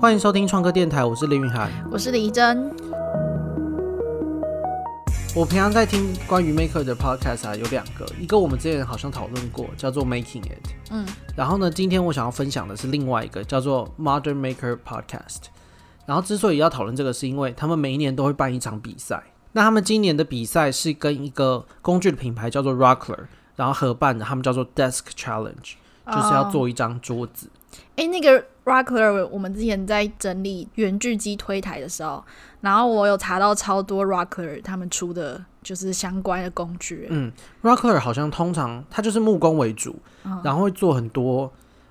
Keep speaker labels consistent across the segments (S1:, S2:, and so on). S1: 欢迎收听创客电台，我是林雨涵。
S2: 我是李真，
S1: 我平常在听关于 maker 的 podcast 啊，有两个，一个我们之前好像讨论过，叫做 Making It。
S2: 嗯，
S1: 然后呢，今天我想要分享的是另外一个叫做 Modern Maker Podcast。然后之所以要讨论这个，是因为他们每一年都会办一场比赛。那他们今年的比赛是跟一个工具的品牌叫做 Rockler，然后合办的，他们叫做 Desk Challenge，就是
S2: 哦
S1: 要做一张桌子。
S2: 哎、那个 Rockler，我们之前在整理原剧机推台的时候，然后我有查到超多 Rockler 他们出的就是相关的工具，
S1: 嗯，Rockler 好像通常它就是木工为主，
S2: 嗯
S1: 然后会做很多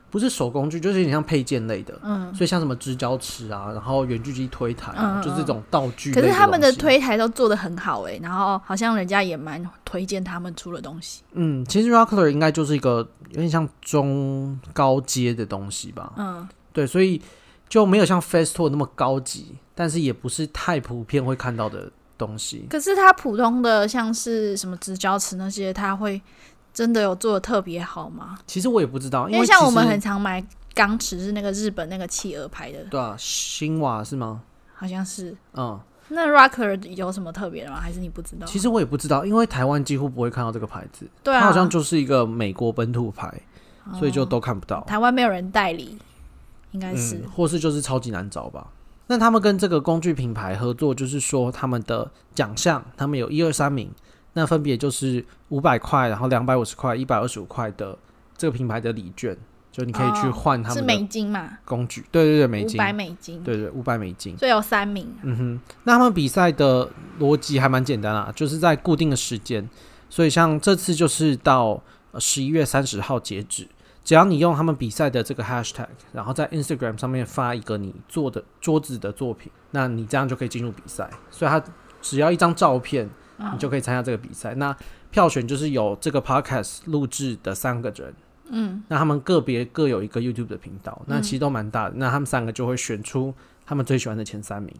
S1: 不是手工具，就是有点像配件类的。嗯，所以像什么直角尺啊，然后圆锯机推台、啊，
S2: 嗯嗯
S1: 就是这种道具类
S2: 可
S1: 东
S2: 是
S1: 西。
S2: 他们的推台都做的很好哎、然后好像人家也蛮推荐他们出的东西，
S1: 嗯，其实 Rockler 应该就是一个有点像中高阶的东西吧。
S2: 嗯，
S1: 对，所以就没有像 Festo 那么高级，但是也不是太普遍会看到的东西。
S2: 可是它普通的像是什么直角尺那些，它会真的有做的特别好吗？
S1: 其实我也不知道，
S2: 因
S1: 哦为
S2: 像
S1: 其
S2: 我们
S1: 实
S2: 很常买钢尺是那个日本那个企鹅牌的，
S1: 对啊，新瓦是吗？
S2: 好像是。
S1: 嗯，
S2: 那 Rockler 有什么特别的吗？还是你不知道？
S1: 其实我也不知道，因为台湾几乎不会看到这个牌子，
S2: 对啊，哦
S1: 它好像就是一个美国本土牌，所以就都看不到。
S2: 台湾没有人代理，应该是、
S1: 嗯，或是就是超级难找吧。那他们跟这个工具品牌合作，就是说他们的奖项，他们有一二三名，那分别就是五百块，然后两百五十块、一百二十五块的这个品牌的礼券，就你可以去
S2: 哦
S1: 换他
S2: 是
S1: 们
S2: 美
S1: 的
S2: 金嘛，
S1: 工具。对对对，美
S2: 五
S1: 金，
S2: 百美金，
S1: 对对五百美金。
S2: 所以有三名。
S1: 嗯哼，那他们比赛的逻辑还蛮简单啊，就是在固定的时间，所以像这次就是到呃十一月三十号截止。只要你用他们比赛的这个 hashtag，然后在 Instagram 上面发一个你做的桌子的作品，那你这样就可以进入比赛。所以他只要一张照片，你就可以参加这个比赛。那票选就是有这个 podcast 录制的三个人，嗯，那他们个别各有一个 YouTube 的频道，那其实都蛮大的。那他们三个就会选出他们最喜欢的前三名。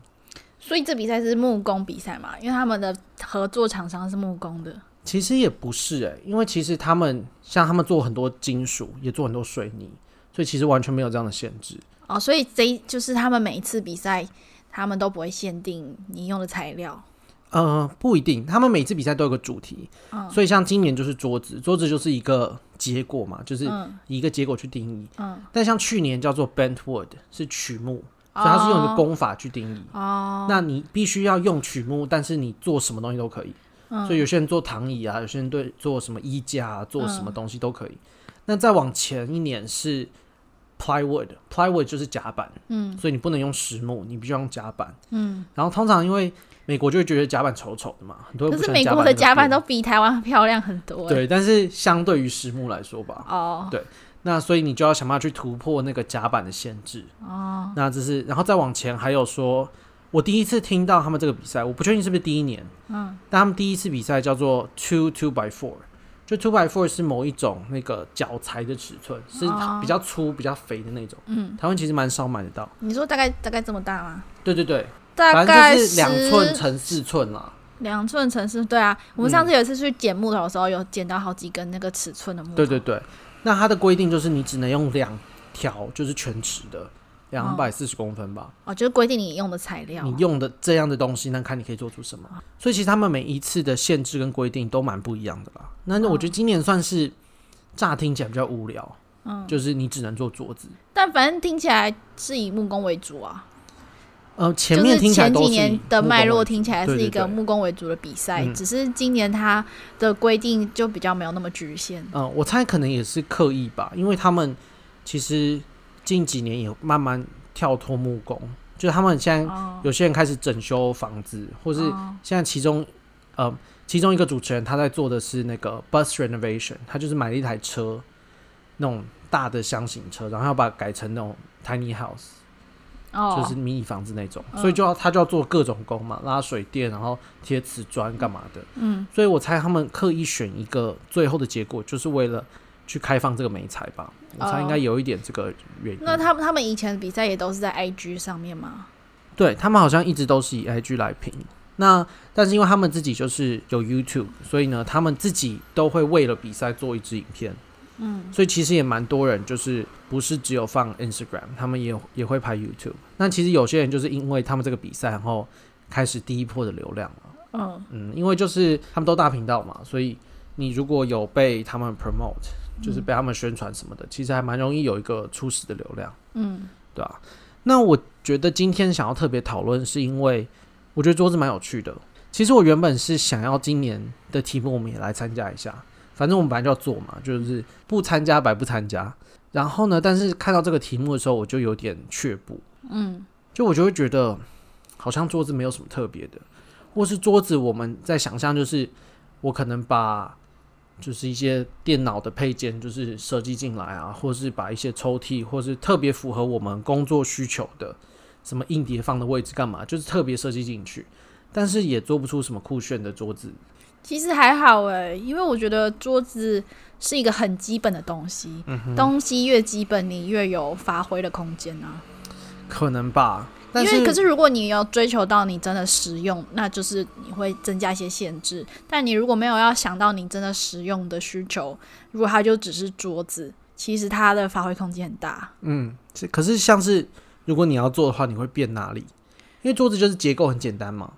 S2: 所以这比赛是木工比赛嘛，因为他们的合作厂商是木工的，
S1: 其实也不是诶、因为其实他们像他们做很多金属，也做很多水泥，所以其实完全没有这样的限制。
S2: 哦，所以这一就是他们每一次比赛，他们都不会限定你用的材料，
S1: 呃，不一定，他们每次比赛都有个主题，
S2: 嗯
S1: 所以像今年就是桌子，桌子就是一个结果嘛，就是
S2: 嗯
S1: 以一个结果去定义。嗯，但像去年叫做 bent wood 是曲目，
S2: 哦
S1: 所以它是用一个功法去定义。哦，那你必须要用曲目，但是你做什么东西都可以。
S2: 嗯
S1: 所以有些人做躺椅啊，有些人对做什么衣架啊，做什么东西都可以。
S2: 嗯
S1: 那再往前一年是 plywood，plywood 就是甲板，嗯，所以你不能用实木，你必须要用甲板，嗯。然后通常因为美国就会觉得甲板丑丑的嘛，很多
S2: 可
S1: 人不喜
S2: 是
S1: 欢
S2: 美
S1: 甲
S2: 国
S1: 板
S2: 的
S1: 那个
S2: 甲板
S1: 边
S2: 都比台湾漂亮很多、欸。
S1: 对，但是相对于实木来说吧，
S2: 哦，
S1: 那所以你就要想办法去突破那个甲板的限制。哦，那这是，然后再往前还有说，我第一次听到他们这个比赛，我不确定是不是第一年，嗯，但他们第一次比赛叫做 two two by four，就 two by four 是某一种那个脚材的尺寸，是比较粗、比较肥的那种，哦嗯，台湾其实蛮少买得到。
S2: 你说大概大概这么大吗？
S1: 对对对，
S2: 大
S1: 反正
S2: 概
S1: 就是两
S2: 10
S1: 寸嗯乘四寸啦。
S2: 两寸乘四，对啊，我们上次有一次去捡木头的时候，有捡到好几根那个尺寸的木头。
S1: 对对对，那它的规定就是你只能用两条，就是全尺的，两百四十公分吧。
S2: 哦，就是规定你用的材料。啊
S1: 你用的这样的东西，那看你可以做出什
S2: 哦
S1: 么。所以其实他们每一次的限制跟规定都蛮不一样的啦。那我觉得今年算是乍听起来比较无聊，嗯，就是你只能做桌子。
S2: 但反正听起来是以木工为主啊。
S1: 呃，前面听起来
S2: 就
S1: 都
S2: 是前
S1: 是
S2: 几年的脉络听起来是一
S1: 对
S2: 个
S1: 对对
S2: 木工为主的比赛，
S1: 嗯
S2: 只是今年它的规定就比较没有那么局限。
S1: 嗯、呃我猜可能也是刻意吧，因为他们其实近几年也慢慢跳脱木工，就是他们现在
S2: 哦，
S1: 有些人开始整修房子，或是
S2: 哦
S1: 现在其中，呃，其中一个主持人他在做的是那个 bus renovation，他就是买了一台车，那种大的箱型车，然后要把它改成那种 tiny house，、
S2: 哦嗯
S1: 就是迷你房子那种，所以就要他就要做各种工嘛，拉水电，然后贴瓷砖干嘛的。
S2: 嗯，
S1: 所以我猜他们刻意选一个最后的结果，就是为了去开放这个美材吧。我猜应该有一点这个原因。
S2: 哦那他们他们以前的比赛也都是在 IG 上面嘛？
S1: 对他们好像一直都是以 IG 来评。那但是因为他们自己就是有 YouTube，所以呢，他们自己都会为了比赛做一支影片，嗯，所以其实也蛮多人就是不是只有放 Instagram，他们也有也会拍 YouTube。那其实有些人就是因为他们这个比赛，然后开始第一波的流量了。
S2: 嗯
S1: 嗯，因为就是他们都大频道嘛，所以你如果有被他们 promote，就是被他们宣传什么的，其实还蛮容易有一个初始的流量，
S2: 嗯
S1: 对吧、那我觉得今天想要特别讨论，是因为我觉得桌子蛮有趣的。其实我原本是想要今年的题目我们也来参加一下，反正我们本来就要做嘛，就是不参加白不参加。然后呢，但是看到这个题目的时候，我就有点却步，
S2: 嗯
S1: 就我就会觉得好像桌子没有什么特别的，或是桌子我们在想象就是我可能把就是一些电脑的配件就是设计进来啊，或是把一些抽屉或是特别符合我们工作需求的什么硬碟放的位置干嘛，就是特别设计进去，但是也做不出什么酷炫的桌子。
S2: 其实还好哎、因为我觉得桌子是一个很基本的东西，
S1: 嗯
S2: 东西越基本，你越有发挥的空间啊。
S1: 可能吧，但
S2: 因
S1: 是
S2: 为可是如果你要追求到你真的实用，那就是你会增加一些限制。但你如果没有要想到你真的实用的需求，如果它就只是桌子，其实它的发挥空间很大。
S1: 嗯，是可是像是如果你要做的话，你会变哪里？因为桌子就是结构很简单嘛，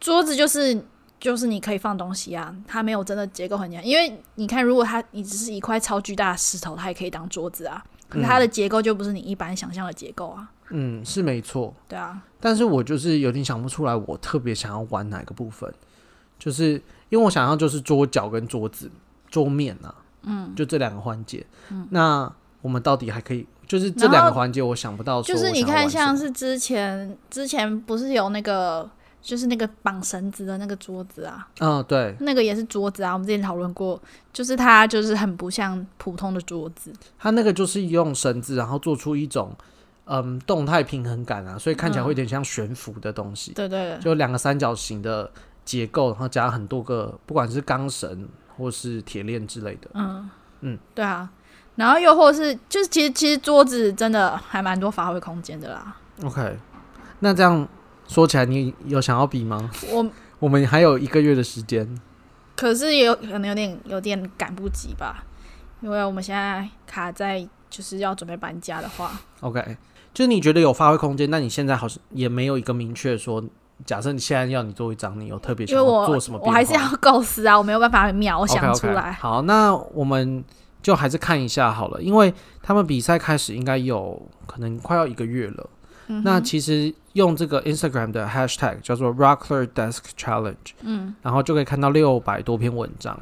S2: 桌子就是就是你可以放东西啊，它没有真的结构很严，因为你看，如果它你只是一块超巨大的石头，它也可以当桌子啊。可是它的结构就不是你一般想象的结构啊，
S1: 嗯，是没错。
S2: 对啊，
S1: 但是我就是有点想不出来，我特别想要玩哪个部分，就是因为我想要就是桌角跟桌子、桌面啊，嗯，就这两个环节。嗯，那我们到底还可以，就是这
S2: 然后
S1: 两个环节，我想不到说
S2: 就
S1: 哦我
S2: 是
S1: 想要玩
S2: 你
S1: 什么。
S2: 看，像是之前之前不是有那个就是那个绑绳子的那个桌子啊，
S1: 嗯，对，
S2: 那个也是桌子啊，我们之前讨论过，就是它就是很不像普通的桌子，
S1: 它那个就是用绳子，然后做出一种嗯动态平衡感啊，所以看起来会有点像悬浮的东西，
S2: 对对对，
S1: 就两个三角形的结构，然后加很多个，不管是钢绳或是铁链之类的。
S2: 嗯
S1: 嗯，
S2: 对啊。然后又或是就是其实其实桌子真的还蛮多发挥空间的啦，
S1: OK，那这样说起来，你有想要比吗？
S2: 我
S1: 我们还有一个月的时间，
S2: 可是也有可能有点有点赶不及吧，因为我们现在卡在就是要准备搬家的话，
S1: OK，就是你觉得有发挥空间，但你现在好像也没有一个明确说，假设你现在要你做一张，你有特别
S2: 因
S1: 想
S2: 为
S1: 要
S2: 我
S1: 做什么变
S2: 我
S1: 化？
S2: 还是要构思啊，我没有办法秒想出
S1: o k o k
S2: 来。
S1: 好，那我们就还是看一下好了，因为他们比赛开始应该有可能快要一个月了。
S2: 嗯
S1: 那其实用这个 Instagram 的 hashtag 叫做 Rockler Desk Challenge，嗯，然后就可以看到六百多篇文章，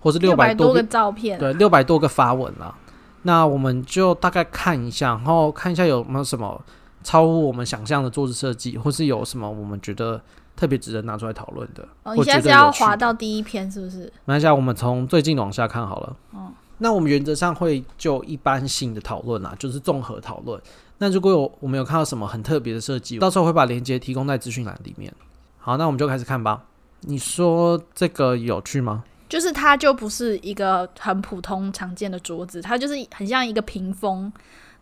S1: 或是
S2: 六
S1: 百
S2: 百
S1: 多
S2: 多
S1: 篇
S2: 个照片，
S1: 对，六百多个发文啦。那我们就大概看一下，然后看一下有没有什么超乎我们想象的桌子设计，或是有什么我们觉得特别值得拿出来讨论的。
S2: 哦，
S1: 我
S2: 你现在
S1: 觉
S2: 是
S1: 得
S2: 要
S1: 有趣
S2: 滑
S1: 的
S2: 到第一篇是不是？
S1: 那啊下我们从最近往下看好了。
S2: 哦
S1: 那我们原则上会就一般性的讨论啊，就是综合讨论。那如果有我们有看到什么很特别的设计，到时候会把链接提供在资讯栏里面。好，那我们就开始看吧。你说这个有趣吗？
S2: 就是它就不是一个很普通常见的桌子，它就是很像一个屏风，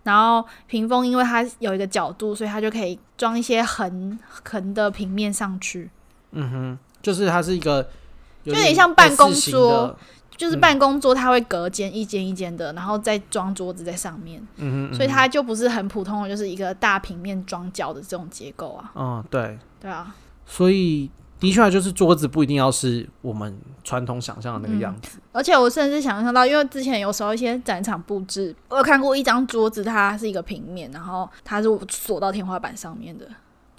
S2: 然后屏风因为它有一个角度，所以它就可以装一些横横的平面上去，
S1: 嗯就是它是一个
S2: 就有点像办公
S1: S 型的
S2: 桌，就是办公桌它会隔间一间一间的，然后再装桌子在上面，
S1: 嗯哼，
S2: 所以它就不是很普通的，就是一个大平面装脚的这种结构啊，
S1: 嗯，对，
S2: 对啊，
S1: 所以的确啊就是桌子不一定要是我们传统想象的那个样子。
S2: 而且我甚至想象到，因为之前有时候一些展场布置，我有看过一张桌子，它是一个平面，然后它是锁到天花板上面的，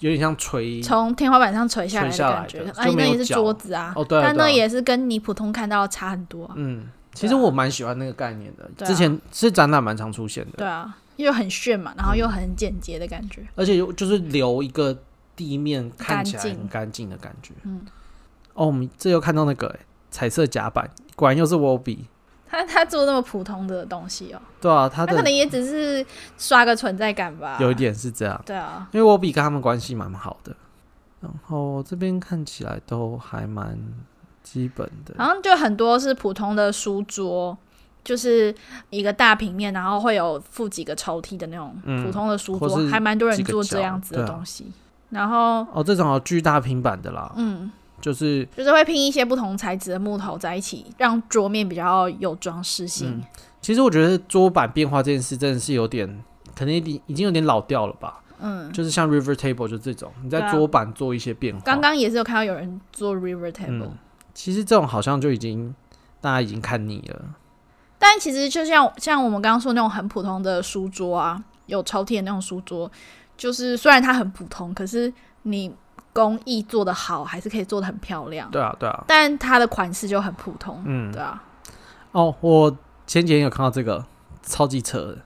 S1: 有点像垂
S2: 从天花板上垂下来的感觉
S1: 垂下来的，
S2: 哎
S1: 就，没
S2: 那
S1: 有
S2: 也是
S1: 脚
S2: 桌子啊，
S1: 哦对啊
S2: 但
S1: 对啊
S2: 那也是跟你普通看到的差很多啊、
S1: 嗯，其实我蛮喜欢那个概念的。
S2: 对啊
S1: 之前是展览蛮常出现的，
S2: 对啊，又很炫嘛，然后又很简洁的感觉，
S1: 而且有就是留一个地面看起来很干净的感觉。嗯，哦，我们这又看到那个、欸、彩色甲板，果然又是我比。
S2: 他他做那么普通的东西哦，
S1: 对啊，他
S2: 他可
S1: 的
S2: 能也只是刷个存在感吧，
S1: 有一，点是这样，
S2: 对啊，
S1: 因为我比跟他们关系蛮好的，然后这边看起来都还蛮基本的。
S2: 好像就很多是普通的书桌。就是一个大平面，然后会有附几个抽屉的那种
S1: 嗯
S2: 普通的书
S1: 或
S2: 桌，
S1: 是
S2: 还蛮多人
S1: 几个
S2: 做这
S1: 角
S2: 样子的
S1: 对啊
S2: 东西。然后，
S1: 哦，这种有巨大平板的啦，
S2: 嗯，
S1: 就是
S2: 就是会拼一些不同材质的木头在一起，让桌面比较有装饰性。
S1: 嗯其实我觉得桌板变化这件事真的是有点，可能已已经有点老掉了吧。
S2: 嗯，
S1: 就是像 River Table 就这种，你
S2: 对
S1: 在
S2: 啊
S1: 桌板做一些变化。
S2: 刚刚也是有看到有人做 river table，、
S1: 嗯其实这种好像就已经大家已经看腻了。
S2: 但其实就像像我们刚刚说那种很普通的书桌啊，有抽屉的那种书桌，就是虽然它很普通，可是你工艺做得好，还是可以做得很漂亮。
S1: 对啊，对啊，
S2: 但它的款式就很普通，
S1: 嗯
S2: 对，啊，
S1: 哦，我前几天有看到这个超级扯的，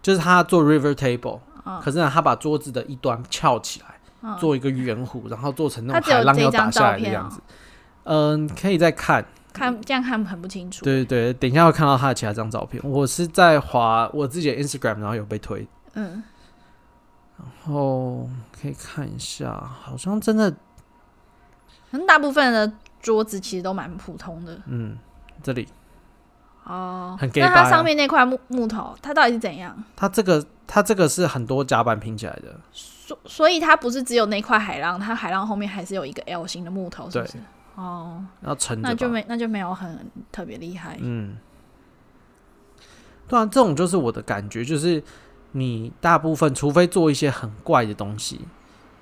S1: 就是他做 River Table，、可是呢，他把桌子的一端翘起来，
S2: 哦嗯
S1: 做一个圆弧，然后做成那
S2: 它
S1: 种
S2: 只有
S1: 海浪
S2: 这
S1: 要
S2: 张
S1: 打下
S2: 照
S1: 来的
S2: 片
S1: 样
S2: 哦
S1: 子。嗯，可以再看，
S2: 看这样看很不清楚。
S1: 对对对，等一下会看到他的其他张照片。我是在滑我自己的 Instagram，然后有被推，
S2: 嗯，
S1: 然后哦可以看一下，好像真的，
S2: 可能大部分的桌子其实都蛮普通的
S1: 嗯，这里
S2: 哦。
S1: 很 gay
S2: 那它
S1: bye 啊
S2: 上面那块木木头，它到底是怎样？
S1: 它这个它这个是很多甲板拼起来的，
S2: 所所以它不是只有那块海浪，它海浪后面还是有一个 L 型的木头，是不是
S1: 对？
S2: 哦，
S1: 然后撑着吧，
S2: 那就没那就没有很特别厉害。
S1: 嗯，对啊，这种就是我的感觉，就是你大部分除非做一些很怪的东西，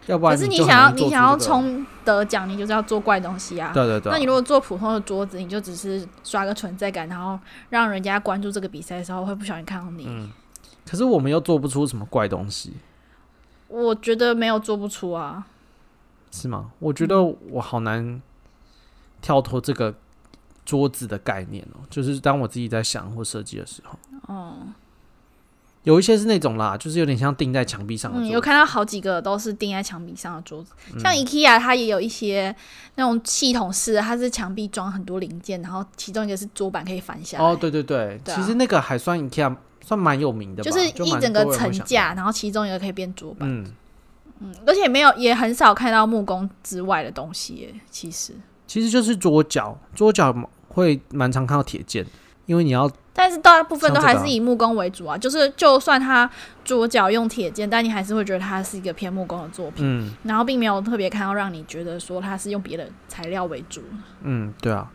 S1: 要不然
S2: 可是
S1: 你
S2: 你
S1: 就很
S2: 想要
S1: 难做
S2: 你
S1: 出
S2: 想要
S1: 这个，
S2: 冲得奖，你就是要做怪东西啊。
S1: 对对对啊，
S2: 那你如果做普通的桌子，你就只是刷个存在感，然后让人家关注这个比赛的时候会不小心看到你。
S1: 嗯可是我们又做不出什么怪东西，
S2: 我觉得没有做不出啊，
S1: 是
S2: 嗯
S1: 吗？我觉得我好难跳脱这个桌子的概念哦、就是当我自己在想或设计的时候，
S2: 哦、
S1: 有一些是那种啦，就是有点像钉在墙壁上的
S2: 嗯，
S1: 桌
S2: 有
S1: 子
S2: 看到好几个都是钉在墙壁上的桌子，
S1: 嗯
S2: 像 IKEA 它也有一些那种系统式的，它是墙壁装很多零件，然后其中一个是桌板可以翻下来，
S1: 哦，对对对，
S2: 对啊
S1: 其实那个还算 IKEA 算蛮有名的吧，
S2: 就是
S1: 就
S2: 一
S1: 蛮
S2: 整个
S1: 多人会
S2: 层
S1: 想
S2: 架，然后其中一个可以变桌板，
S1: 嗯。
S2: 而且没有也很少看到木工之外的东西耶，其实，
S1: 其实就是桌角，桌角会蛮常看到铁剑，因为你要
S2: 但是大部分都
S1: 像这
S2: 还
S1: 个啊
S2: 是以木工为主啊，就是就算它桌角用铁件，但你还是会觉得它是一个偏木工的作品，
S1: 嗯
S2: 然后并没有特别看到让你觉得说它是用别的材料为主。
S1: 嗯，对啊，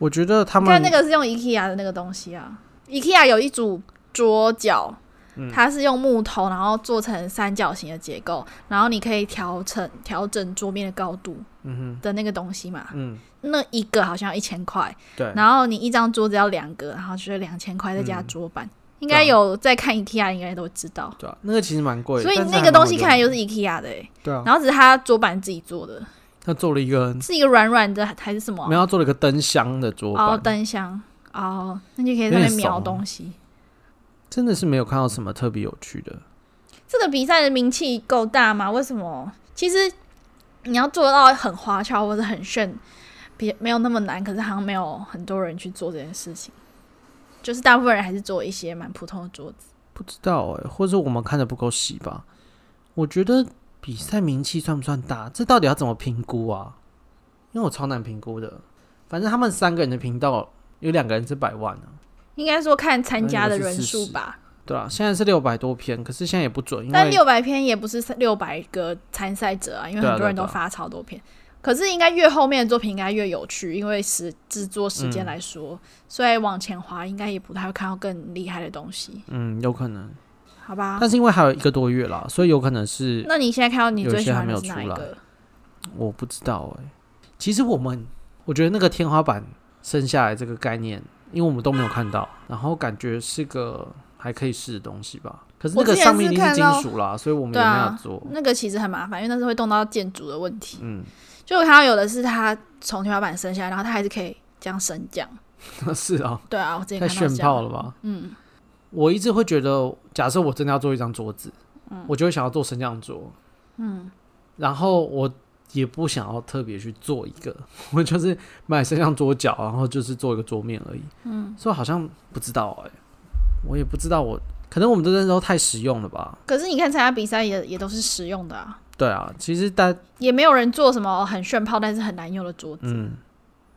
S1: 我觉得他
S2: 你
S1: 们
S2: 看那个是用 IKEA 的那个东西啊，IKEA 有一组桌角，
S1: 嗯
S2: 它是用木头，然后做成三角形的结构，然后你可以调成调整桌面的高度
S1: 嗯
S2: 的那个东西嘛
S1: 哼。嗯
S2: 那一个好像要一千块，
S1: 对，嗯
S2: 然后你一张桌子要两个，然后就是两千块再加桌板。应
S1: 对啊
S2: 该有在看 IKEA，应该都知道。
S1: 对啊，那个其实蛮贵，
S2: 所以
S1: 但是还
S2: 那个东
S1: 蛮
S2: 西
S1: 有
S2: 看来
S1: 用
S2: 就是 IKEA 的、欸，
S1: 对啊，
S2: 然后只是它桌板自己做的，
S1: 他做了一个，
S2: 是一个软软的还是什么啊？
S1: 没有他做了一个灯箱的桌
S2: 哦，
S1: 板，
S2: 灯箱哦，那你可以
S1: 有
S2: 在那
S1: 点
S2: 边瞄
S1: 怂
S2: 东西。
S1: 真的是没有看到什么特别有趣的，
S2: 这个比赛的名气够大吗？为什么？其实你要做到很花俏或者很炫，比没有那么难，可是好像没有很多人去做这件事情。就是大部分人还是做一些蛮普通的桌子，
S1: 不知道哎、或者我们看的不够细吧？我觉得比赛名气算不算大？这到底要怎么评估啊？因为我超难评估的，反正他们三个人的频道有两个人是百万啊。
S2: 应该说看参加的人数吧。
S1: 对啊，现在是六百多篇，可是现在也不准，因
S2: 但
S1: 为
S2: 六百篇也不是六百个参赛者啊，因为
S1: 对啊
S2: 很多人
S1: 对
S2: 都
S1: 啊对啊
S2: 发超多篇。可是应该越后面的作品应该越有趣，因为时制作时
S1: 嗯
S2: 间来说，所以往前滑应该也不太会看到更厉害的东西，
S1: 嗯有可能，
S2: 好吧？
S1: 但是因为还有一个多月啦，所以有可能是
S2: 那你现在看到你
S1: 有
S2: 最
S1: 一
S2: 喜
S1: 些还
S2: 欢
S1: 没
S2: 的
S1: 有
S2: 是哪一
S1: 出来
S2: 个？
S1: 我不知道哎、其实我们我觉得那个天花板生下来这个概念，因为我们都没有看到，然后感觉是个还可以试的东西吧。可是那
S2: 我
S1: 个
S2: 之前
S1: 上面一定
S2: 是
S1: 是
S2: 看到
S1: 金属啦，所以我们也
S2: 对
S1: 没
S2: 啊
S1: 有做。
S2: 那个其实很麻烦，因为那是会动到建筑的问题。
S1: 嗯，
S2: 就我看到有的是它从天花板升下来，然后它还是可以这样升降。
S1: 是啊，
S2: 对啊，我之前
S1: 太
S2: 看到
S1: 炫
S2: 是这样
S1: 炮了吧？
S2: 嗯，
S1: 我一直会觉得，假设我真的要做一张桌子，
S2: 嗯
S1: 我就会想要做升降桌，嗯，然后我也不想要特别去做一个， 我就是买升降桌脚，然后就是做一个桌面而已，嗯，所以好像不知道哎、我也不知道我，可能我们这那时候太实用了吧？
S2: 可是你看参加比赛也也都是实用的啊，
S1: 对啊，其实大
S2: 也没有人做什么很炫炮但是很难用的桌子。
S1: 嗯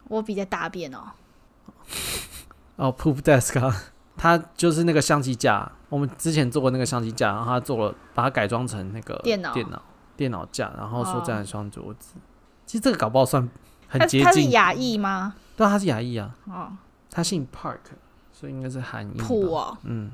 S2: 我比在大便哦，
S1: 哦，poop desk 啊，它就是那个相机架，我们之前做过那个相机架，然后它做了把它改装成那个
S2: 电脑
S1: 电脑电脑架，然后说
S2: 哦
S1: 这样一双桌子。其实这个搞不好算很
S2: 它
S1: 接
S2: 它是
S1: 近，
S2: 亚裔吗？
S1: 对啊，他是亚裔啊，
S2: 哦，
S1: 他姓 Park，所以应该是韩音吧。
S2: 铺哦，
S1: 嗯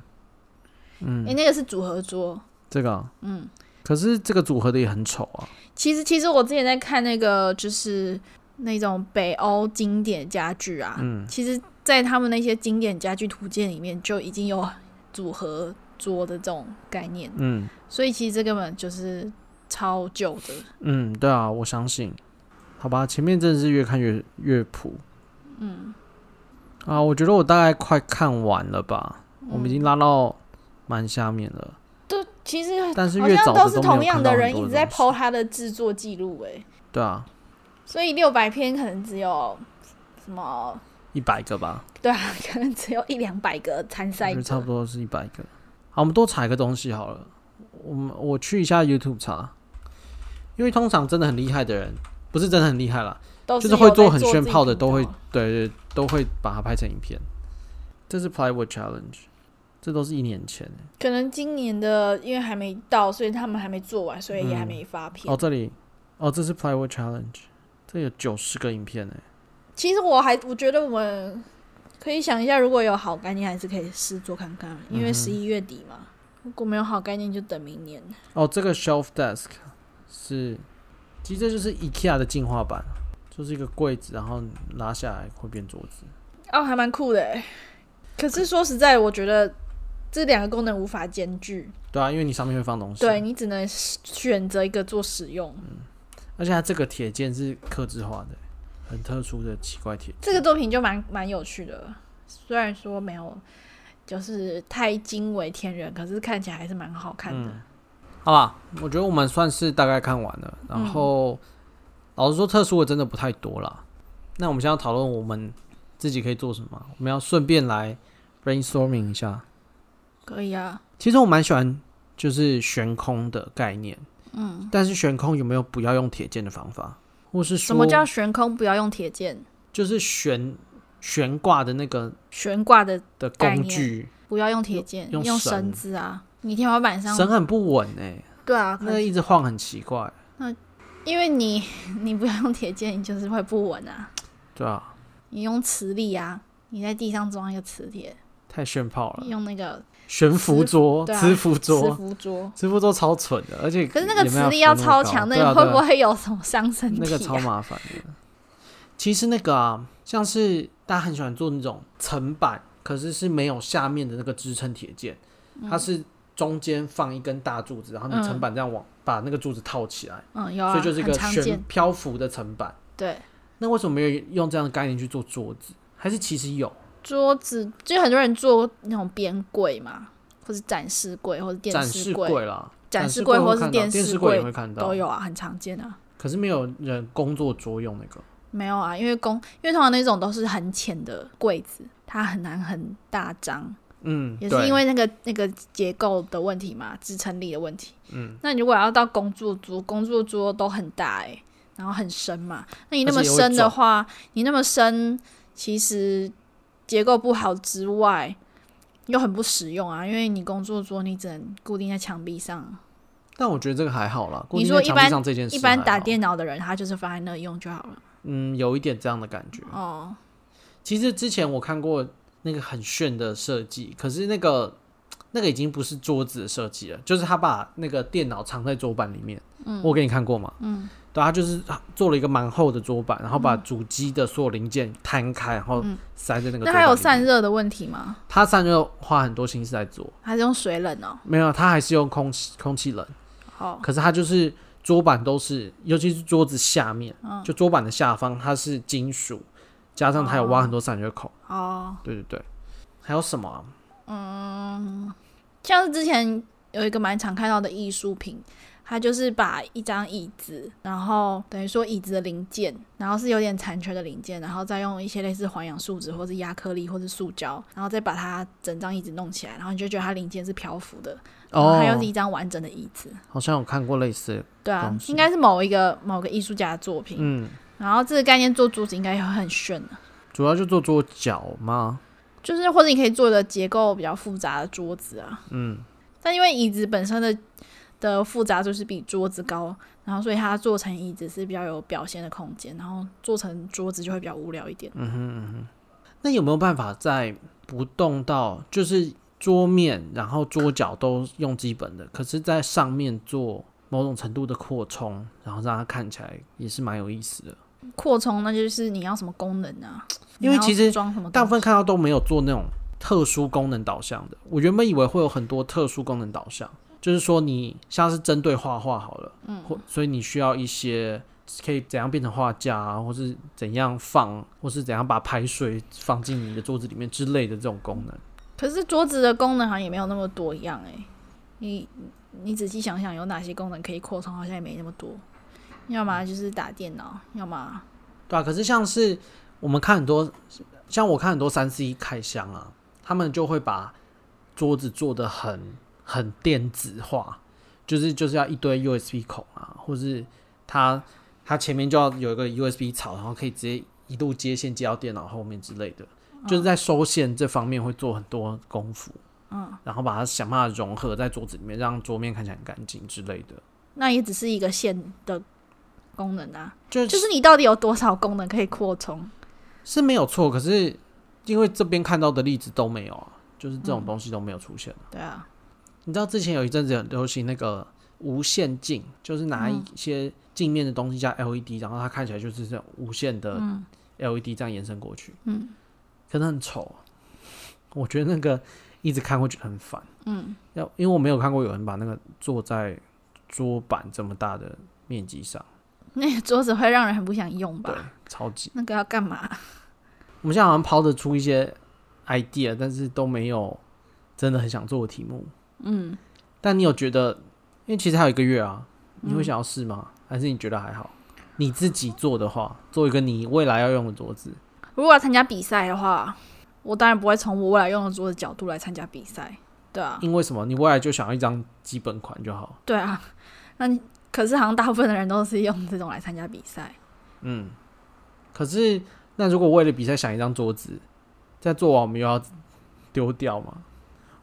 S2: 哎、那个是组合桌。
S1: 这个、嗯，可是这个组合的也很丑啊。
S2: 其实，其实我之前在看那个，就是那种北欧经典家具啊，
S1: 嗯
S2: 其实，在他们那些经典家具图鉴里面就已经有组合桌的这种概念，
S1: 嗯
S2: 所以其实这根本就是超旧的。
S1: 嗯，对啊，我相信。好吧，前面真的是越看越越谱。嗯。啊，我觉得我大概快看完了吧，我们已
S2: 嗯
S1: 经拉到蛮下面了。
S2: 都其实
S1: 但是
S2: 好
S1: 越早
S2: 像
S1: 的都
S2: 都是
S1: 没有
S2: 同样
S1: 看到
S2: 的
S1: 很
S2: 人
S1: 多
S2: 一直
S1: 的
S2: 在
S1: 东西
S2: 剖他的制作记录，哎，
S1: 对啊，
S2: 所以六百篇可能只有什么？
S1: 一百个吧，
S2: 对啊，可能只有一两百个参
S1: 我
S2: 赛
S1: 觉得差
S2: 者
S1: 不。多是一百个。好，我们多查一个东西好了。我们我去一下 YouTube 查，因为通常真的很厉害的人，不是真的很厉害啦，
S2: 都
S1: 就是
S2: 哦有
S1: 会
S2: 在
S1: 做
S2: 做
S1: 很
S2: 自己哦
S1: 炫炮的，
S2: 频
S1: 都会
S2: 道
S1: 对对都会把它拍成影片。这是 Plywood Challenge，这都是一年前欸
S2: 可能今年的因为还没到，所以他们还没做完，所以也还没发片。
S1: 哦，这里哦，这是 Plywood Challenge，这有九十个影片呢。欸
S2: 其实我还我觉得我们可以想一下，如果有好概念，还是可以试做看看，因为十一月底嘛。如果没有好概念，就等明年。
S1: 哦，这个 Shelf Desk 是，其实这就是 IKEA 的进化版，就是一个柜子，然后拉下来会变桌子。
S2: 哦，还蛮酷的欸。可是说实在，我觉得这两个功能无法兼具，
S1: 对啊，因为你上面会放东西。
S2: 对，你只能选择一个做使用。
S1: 而且它这个铁件是刻制化的，很特殊的奇怪铁。
S2: 这个作品就蛮蛮有趣的，虽然说没有就是太惊为天人，可是看起来还是蛮好看的。
S1: 好吧，我觉得我们算是大概看完了。然后，老实说，特殊的真的不太多啦。那我们现在要讨论我们自己可以做什么，我们要顺便来 brainstorming 一下。
S2: 可以啊，
S1: 其实我蛮喜欢就是悬空的概念，嗯，但是悬空有没有不要用铁件的方法，或是说
S2: 什么叫悬空？不要用铁剑，
S1: 就是悬悬挂的那个
S2: 悬挂的
S1: 的
S2: 概
S1: 工
S2: 念
S1: 具，
S2: 不要用铁剑，
S1: 用
S2: 用
S1: 绳
S2: 绳子啊。你天花板上，
S1: 绳很不稳哎、
S2: 对啊，
S1: 那个一直晃很奇怪，
S2: 因为你 你不要用铁剑，你就是会不稳啊。
S1: 对啊，
S2: 你用磁力啊，你在地上装一个磁铁，
S1: 太炫炮了
S2: 你。用那个
S1: 悬浮桌、
S2: 对啊
S1: 磁浮
S2: 磁
S1: 桌、
S2: 浮桌。
S1: 磁浮桌超蠢的，而且
S2: 可是那个
S1: 也没
S2: 磁
S1: 有
S2: 力要
S1: 浮
S2: 超
S1: 高
S2: 强，那
S1: 对啊
S2: 个会不
S1: 对啊
S2: 会有什么伤身体、啊？
S1: 那个超麻烦的。其实那个啊，像是大家很喜欢做那种层板，可是是没有下面的那个支撑铁件，
S2: 嗯
S1: 它是中间放一根大柱子，然后你层板这样往、把那个柱子套起来，
S2: 嗯，有啊，
S1: 所以就是一
S2: 很
S1: 个
S2: 常见
S1: 悬漂浮的层板。
S2: 对，
S1: 那为什么没有用这样的概念去做桌子？还是其实有
S2: 桌子就很多人做那种边柜嘛，或是展示柜，或是电
S1: 展
S2: 视
S1: 示
S2: 柜，
S1: 柜啦，
S2: 展
S1: 示
S2: 示柜
S1: 会
S2: 或是
S1: 看到
S2: 电
S1: 电
S2: 视
S1: 柜也
S2: 柜
S1: 会看到
S2: 都有，啊，很常见啊。
S1: 可是没有人工作桌用那个。
S2: 没有啊，因为工，因为通常那种都是很浅的柜子，它很难很大张，
S1: 嗯，
S2: 也是
S1: 对
S2: 因为那个那个结构的问题嘛，支撑力的问题。嗯，那你如果要到工作桌，工作桌都很大哎、然后很深嘛，那你那么
S1: 而且也会
S2: 深的
S1: 重
S2: 话，你那么深，其实结构不好之外，又很不实用啊，因为你工作桌你只能固定在墙壁上，
S1: 但我觉得这个还好啦。
S2: 你说
S1: 固定在墙
S2: 一般
S1: 壁上这件事
S2: 一般
S1: 还
S2: 打
S1: 好，
S2: 电脑的人他就是放在那用就好了。
S1: 嗯，有一点这样的感觉。
S2: 哦，
S1: 其实之前我看过那个很炫的设计，可是那个那个已经不是桌子的设计了，就是他把那个电脑藏在桌板里面。嗯，我给你看过嘛？嗯，对，他就是做了一个蛮厚的桌板，然后
S2: 嗯
S1: 把主机的所有零件摊开，然后塞在那个桌板里面。
S2: 那还有散热的问题吗？
S1: 他散热花很多心思在做，
S2: 还是用水冷哦？
S1: 没有，他还是用空气空气冷。
S2: 好，
S1: 可是它就是桌板都是，尤其是桌子下面，
S2: 嗯
S1: 就桌板的下方它是金属，加上它有挖很多散热孔。
S2: 哦，
S1: 对对对，还有什么、啊？
S2: 像是之前有一个蛮常看到的艺术品，它就是把一张椅子，然后等于说椅子的零件，然后是有点残缺的零件，然后再用一些类似环氧树脂或是亚克力或是塑胶，然后再把它整张椅子弄起来，然后你就觉得它零件是漂浮的，然后
S1: 哦
S2: 它又是一张完整的椅子。
S1: 好像有看过类似的。
S2: 对啊
S1: 东，西
S2: 应该是某一个某个艺术家的作品。
S1: 嗯，
S2: 然后这个概念做桌子应该也会很炫的、
S1: 主要就做桌脚嘛。
S2: 就是或者你可以做的结构比较复杂的桌子啊。嗯，但因为椅子本身的的复杂度是比桌子高，然后所以它做成椅子是比较有表现的空间，然后做成桌子就会比较无聊一点。
S1: 嗯哼嗯哼。那有没有办法在不动到就是桌面，然后桌角都用基本的，可是在上面做某种程度的扩充，然后让它看起来也是蛮有意思的。
S2: 扩充那就是你要什么功能啊？
S1: 因为
S2: 你要
S1: 其实
S2: 装什么东西？
S1: 大部分看到都没有做那种特殊功能导向的。我原本以为会有很多特殊功能导向，就是说你像是针对画画好了，嗯，或所以你需要一些可以怎样变成画架啊，或是怎样放，或是怎样把排水放进你的桌子里面之类的这种功能。
S2: 可是桌子的功能好像也没有那么多样哎、你你仔细想想有哪些功能可以扩充，好像也没那么多。要么就是打电脑，要么
S1: 对啊，可是像是我们看很多，像我看很多三 C 开箱啊，他们就会把桌子做的很很电子化，就是就是要一堆 USB 孔啊，或是它它前面就要有一个 USB 槽，然后可以直接一路接线接到电脑后面之类的，就是在收线这方面会做很多功夫。嗯，然后把它想办法融合在桌子里面，让桌面看起来很干净之类的。
S2: 那也只是一个线的功能啊。
S1: 就是
S2: 就是你到底有多少功能可以扩充？
S1: 是没有错，可是因为这边看到的例子都没有啊，就是这种东西都没有出现。
S2: 对啊，
S1: 你知道之前有一阵子很流行那个无线镜，就是拿一些镜面的东西加 LED，、然后它看起来就是这种无线的 LED 这样延伸过去。嗯，可能很丑，啊我觉得那个一直看会觉得很烦。嗯，要因为我没有看过有人把那个坐在桌板这么大的面积上，
S2: 那个桌子会让人很不想用
S1: 对
S2: 吧？，
S1: 超级。
S2: 那个要干嘛？
S1: 我们现在好像抛得出一些 idea，但是都没有真的很想做的题目。
S2: 嗯，
S1: 但你有觉得，因为其实还有一个月啊，
S2: 嗯
S1: 你会想要试吗？还是你觉得还好？你自己做的话，做一个你未来要用的桌子，
S2: 如果要参加比赛的话，我当然不会从我未来用的桌子角度来参加比赛。对啊，
S1: 因为什么？你未来就想要一张基本款就好。
S2: 对啊，那你可是好像大部分的人都是用这种来参加比赛。
S1: 嗯，可是那如果为了比赛想一张桌子，在做完我们又要丢掉吗？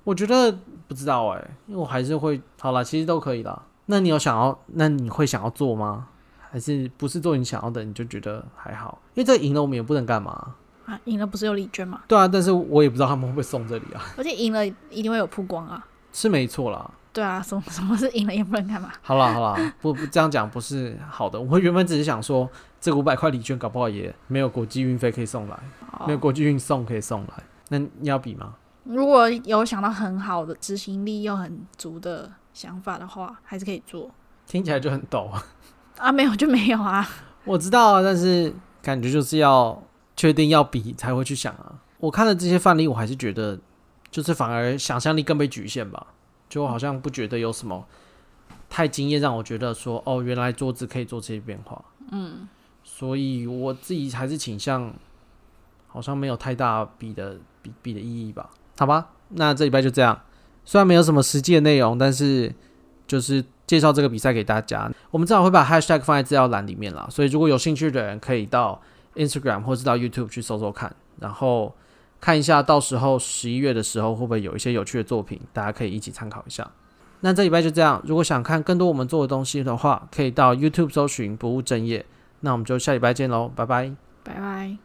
S1: 我觉得不知道哎、因为我还是会好啦，其实都可以啦。那你有想要？那你会想要做吗？还是不是做你想要的，你就觉得还好？因为这赢了我们也不能干嘛。
S2: 啊，赢了不是有礼券吗？
S1: 对啊，但是我也不知道他们会不会送这里啊，
S2: 而且赢了一定会有曝光啊。
S1: 是没错啦。
S2: 对啊，什么 什么是赢了也不能干嘛？
S1: 好啦好啦， 不不这样讲不是好的。我原本只是想说，这五百块礼券搞不好也没有国际运费可以送来，没有
S2: 哦，
S1: 国际运送可以送来。那你要比吗？
S2: 如果有想到很好的执行力又很足的想法的话，还是可以做
S1: 听起来就很抖。
S2: 啊。没有就没有啊。
S1: 我知道啊，但是感觉就是要确定要比才会去想啊。我看了这些范例，我还是觉得，就是反而想象力更被局限吧。就我好像不觉得有什么太惊艳，让我觉得说，哦，原来桌子可以做这些变化。嗯，所以我自己还是倾向，好像没有太大比的比比的意义吧。好吧，那这礼拜就这样。虽然没有什么实际的内容，但是就是介绍这个比赛给大家。我们至少会把 hashtag 放在资料栏里面啦，所以如果有兴趣的人可以到 Instagram 或是到 YouTube 去搜搜看，然后看一下到时候十一月的时候会不会有一些有趣的作品，大家可以一起参考一下。那这礼拜就这样，如果想看更多我们做的东西的话，可以到 YouTube 搜寻不务正业。那我们就下礼拜见喽，拜拜。
S2: 拜拜。